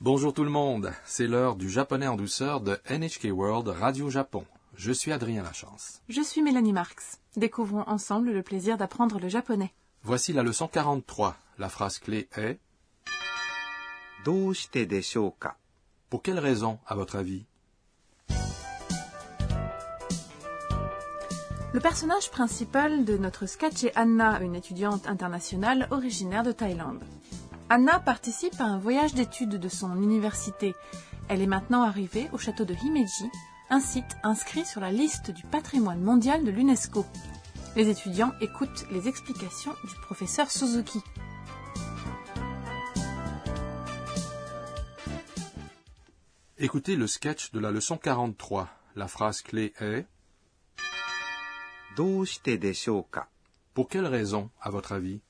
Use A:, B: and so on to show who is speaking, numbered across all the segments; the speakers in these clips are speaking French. A: Bonjour tout le monde, c'est l'heure du japonais en douceur de NHK World Radio Japon. Je suis Adrien Lachance.
B: Je suis Mélanie Marx. Découvrons ensemble le plaisir d'apprendre le japonais.
A: Voici la leçon 43. La phrase clé est
C: どうしてでしょうか
A: Pour quelle raison, à votre avis
B: Le personnage principal de notre sketch est Anna, une étudiante internationale originaire de Thaïlande. Anna participe à un voyage d'études de son université. Elle est maintenant arrivée au château de Himeji, un site inscrit sur la liste du patrimoine mondial de l'UNESCO. Les étudiants écoutent les explications du professeur Suzuki.
A: え Écoutez le sketch de la leçon 43. La phrase clé est
C: どうしてでしょうか
A: Pour quelle raison, à votre avis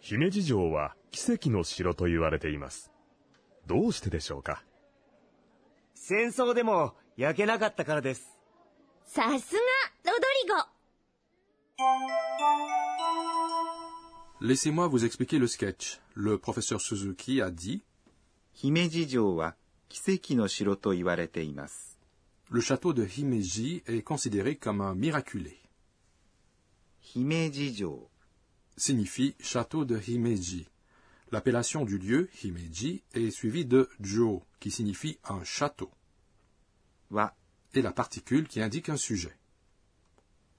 D: 姫路城は奇跡の城と言われています。どうしてでしょうか
E: 戦争でも焼けなかったからです。
F: さすが、ロドリゴ
A: Laissez-moi vous expliquer le sketch. Le professeur Suzuki a dit
C: 姫路城は奇跡の城と言われています。
A: Le château de Himeji est considéré comme un miraculé.
C: 姫路城、
A: Signifie château de Himeji. L'appellation du lieu, Himeji, est suivie de Jo, qui signifie un château,
C: は、
A: et la particule qui indique un sujet.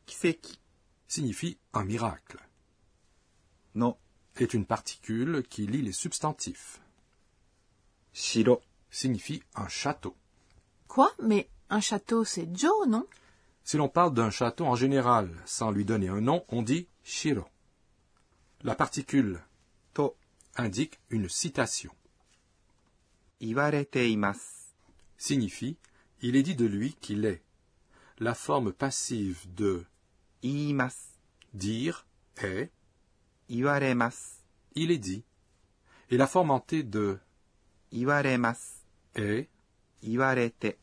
C: 奇跡
A: Signifie un miracle.
C: の
A: Est une particule qui lie les substantifs.
C: 城。
A: Signifie un château.
B: Quoi Mais un château, c'est Joe, non
A: Si l'on parle d'un château en général, sans lui donner un nom, on dit Shiro. La particule
C: と
A: indique une citation.
C: 言われています。
A: Signifie il est dit de lui qu'il est. La forme passive de
C: 言います。
A: dire est
C: 言われます。
A: il est dit. Et la forme hantée de
C: 言われます。
A: est
C: 言われて、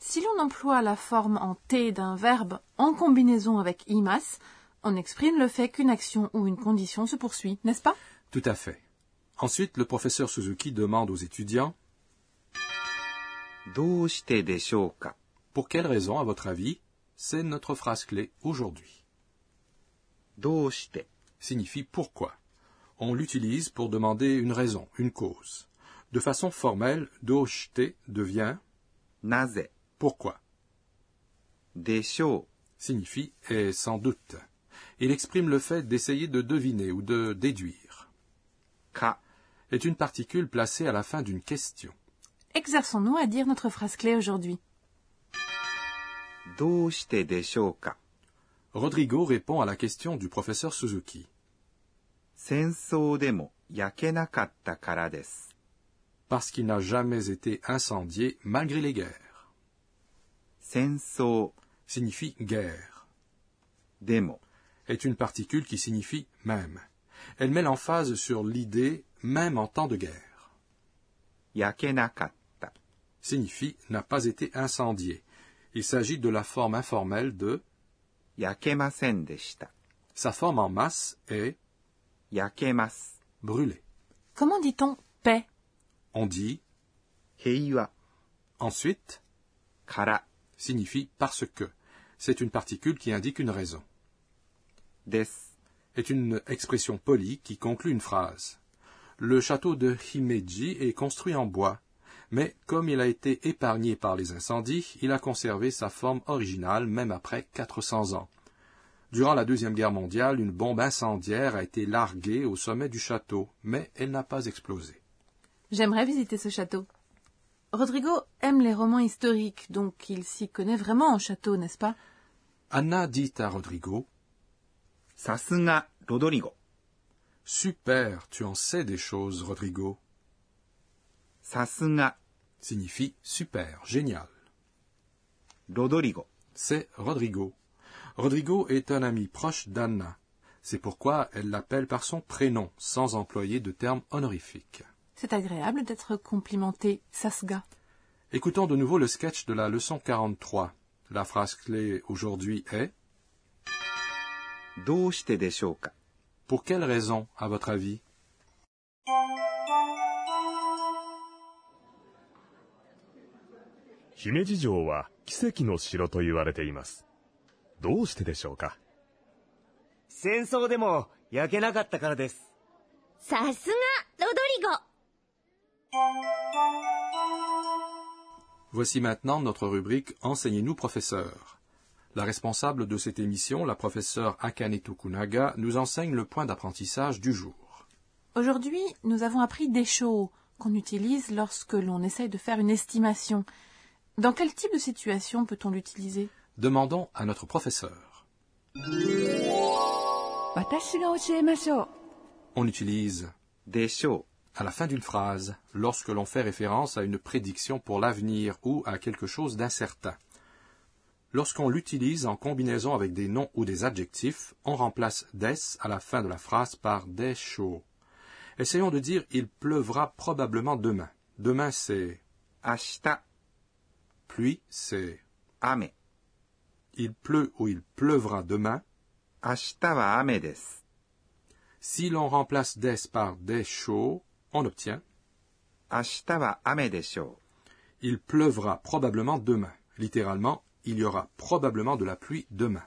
B: Si l'on emploie la forme en T d'un verbe en combinaison avec imas, on exprime le fait qu'une action ou une condition se poursuit, n'est-ce pas
A: tout à fait. Ensuite, le professeur Suzuki demande aux étudiants
C: どうしてでしょうか
A: pour quelle raison, à votre avis, c'est notre phrase clé aujourd'hui.
C: どうして、
A: signifie pourquoi. On l'utilise pour demander une raison, une cause. De façon formelle, doshite devient
C: なぜ、
A: pourquoi,
C: でしょ
A: signifie est sans doute. Il exprime le fait d'essayer de deviner ou de déduire.
C: うか。
A: Est une particule placée à la fin d'une question.
B: Exerçons-nous à dire notre phrase clé aujourd'hui.
C: どうしてでしょうか
A: Rodrigo répond à la question du professeur Suzuki.
C: 戦争でも焼けなかったからです。
A: Parce qu'il n'a jamais été incendié malgré les guerres.
C: 戦争
A: Signifie guerre.
C: でも
A: est une particule qui signifie même. Elle met l'emphase sur l'idée même en temps de guerre.
C: 焼けなかった。
A: Signifie n'a pas été incendié. Il s'agit de la forme informelle de
C: 焼けませんでした。
A: sa forme en masse est
C: 焼けます。
A: brûlée.
B: Comment dit-on paix
A: On dit
C: 平和
A: ensuite
C: から、
A: signifie parce que. C'est une particule qui indique une raison.
C: です。
A: Est une expression polie qui conclut une phrase. Le château de Himeji est construit en bois, mais comme il a été épargné par les incendies, il a conservé sa forme originale même après 400 ans. Durant la Deuxième Guerre mondiale, une bombe incendiaire a été larguée au sommet du château, mais elle n'a pas explosé.
B: J'aimerais visiter ce château. Rodrigo aime les romans historiques, donc il s'y connaît vraiment en château, n'est-ce pas
A: Anna dit à Rodrigo,
C: さすが、ロドリゴ。
A: Super, tu en sais des choses, Rodrigo.
C: さすが、
A: Signifie super, génial.
C: ロドリゴ。
A: c'est Rodrigo. Rodrigo est un ami proche d'Anna. C'est pourquoi elle l'appelle par son prénom, sans employer de terme honorifique.
B: C'est agréable d'être complimenté, Sasga.
A: Écoutons de nouveau le sketch de la leçon 43. La phrase clé aujourd'hui est
C: どうしてでしょうか
A: Pour quelle raison, à votre avis
D: 姫路城は奇跡の城と言われています。どうしてでしょうか
E: 戦争でも焼けなかったからです。
F: さすがロドリゴ
A: Voici maintenant notre rubrique Enseignez-nous, professeur. La responsable de cette émission, la professeure Akane Tokunaga, nous enseigne le point d'apprentissage du jour.
B: Aujourd'hui, nous avons appris des shows qu'on utilise lorsque l'on essaye de faire une estimation. Dans quel type de situation peut-on l'utiliser
A: Demandons à notre professeur.
G: 私が教えましょう
A: On utilise
C: でしょ
A: à la fin d'une phrase lorsque l'on fait référence à une prédiction pour l'avenir ou à quelque chose d'incertain. Lorsqu'on l'utilise en combinaison avec des noms ou des adjectifs, on remplace des à la fin de la phrase par des chauds. Essayons de dire il pleuvra probablement demain. Demain c'est
C: う。明日、
A: pluie, c'est
C: 雨。
A: il pleut ou il pleuvra demain.
C: 明日は雨です。
A: Si l'on remplace des par des chauds, on obtient
C: 明日は雨でしょ
A: Il pleuvra probablement demain. Littéralement, il y aura probablement de la pluie demain.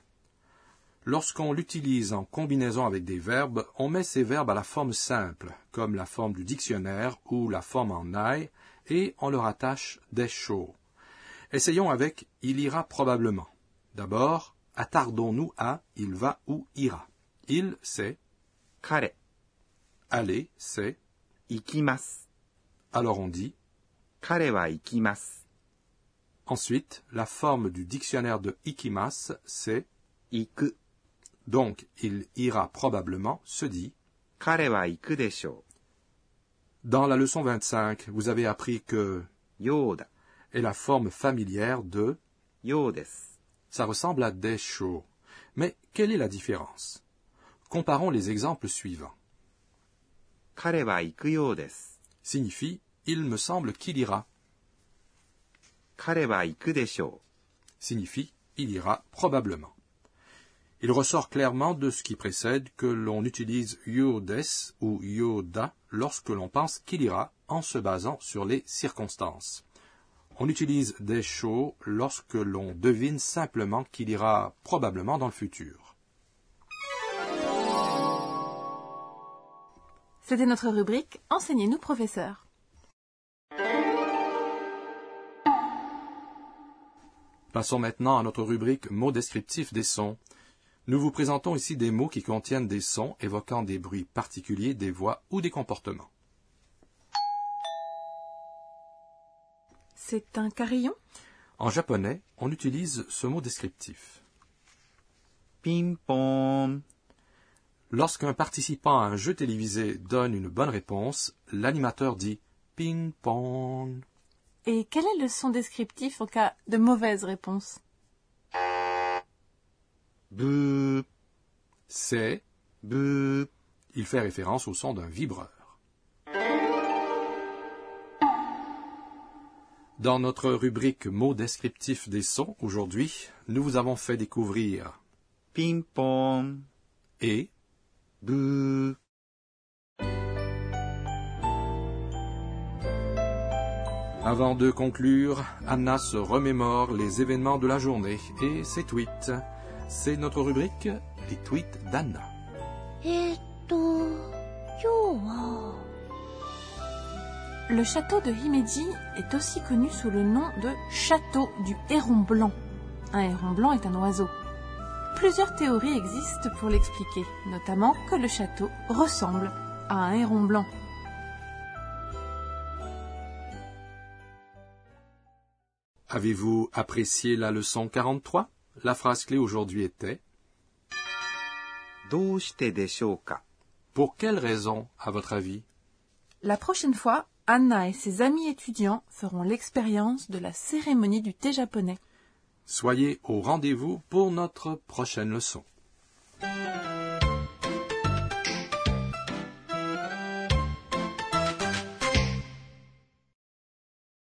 A: Lorsqu'on l'utilise en combinaison avec des verbes, on met ces verbes à la forme simple, comme la forme du dictionnaire ou la forme en ai, et on leur attache des choses. Essayons avec il ira probablement. D'abord, attardons-nous à il va ou ira. Il, c'est
C: う。彼、
A: aller, c'est
C: 行きます。
A: alors on dit
C: 彼は行きます。
A: ensuite la forme du dictionnaire de ikimas, c'est
C: 行く。
A: Donc, il ira probablement, se dit.
C: 彼は行くでしょ
A: Dans la leçon 25, vous avez appris que
C: う。ようだ。
A: est la forme familière de.
C: ようです。
A: Ça ressemble à des shows. Mais quelle est la différence Comparons les exemples suivants.
C: 彼は行くようです。
A: Signifie il me semble qu'il ira.
C: 彼は行くでしょ
A: Signifie il ira probablement. Il ressort clairement de ce qui précède que l'on utilise yodes ou yoda lorsque l'on pense qu'il ira en se basant sur les circonstances. On utilise des shows lorsque l'on devine simplement qu'il ira probablement dans le futur.
B: C'était notre rubrique Enseignez-nous, professeur.
A: Passons maintenant à notre rubrique mots descriptifs des sons. Nous vous présentons ici des mots qui contiennent des sons évoquant des bruits particuliers, des voix ou des comportements.
B: C'est un carillon
A: En japonais, on utilise ce mot descriptif.
C: う。ピンポーン。
A: Lorsqu'un participant à un jeu télévisé donne une bonne réponse, l'animateur dit ping-pong.
B: Et quel est le son descriptif en cas de mauvaise réponse
C: ブー、
A: C'est,
C: ブー。
A: il fait référence au son d'un vibreur. Dans notre rubrique mots descriptifs des sons, aujourd'hui, nous vous avons fait découvrir
C: ピンポーン。
A: et,
C: ブー。
A: Avant de conclure, Anna se remémore les événements de la journée et ses tweets. C'est notre rubrique Les tweets d'Anna.
F: えーっと今日は
B: Le château de Himeji est aussi connu sous le nom de château du héron blanc. Un héron blanc est un oiseau. Plusieurs théories existent pour l'expliquer, notamment que le château ressemble à un héron blanc.
A: Avez-vous apprécié la leçon 43 La phrase clé aujourd'hui était
C: どうしてでしょうか
A: Pour quelle raison, à votre avis
B: La prochaine fois, Anna et ses amis étudiants feront l'expérience de la cérémonie du thé japonais.
A: Soyez au rendez-vous pour notre prochaine leçon.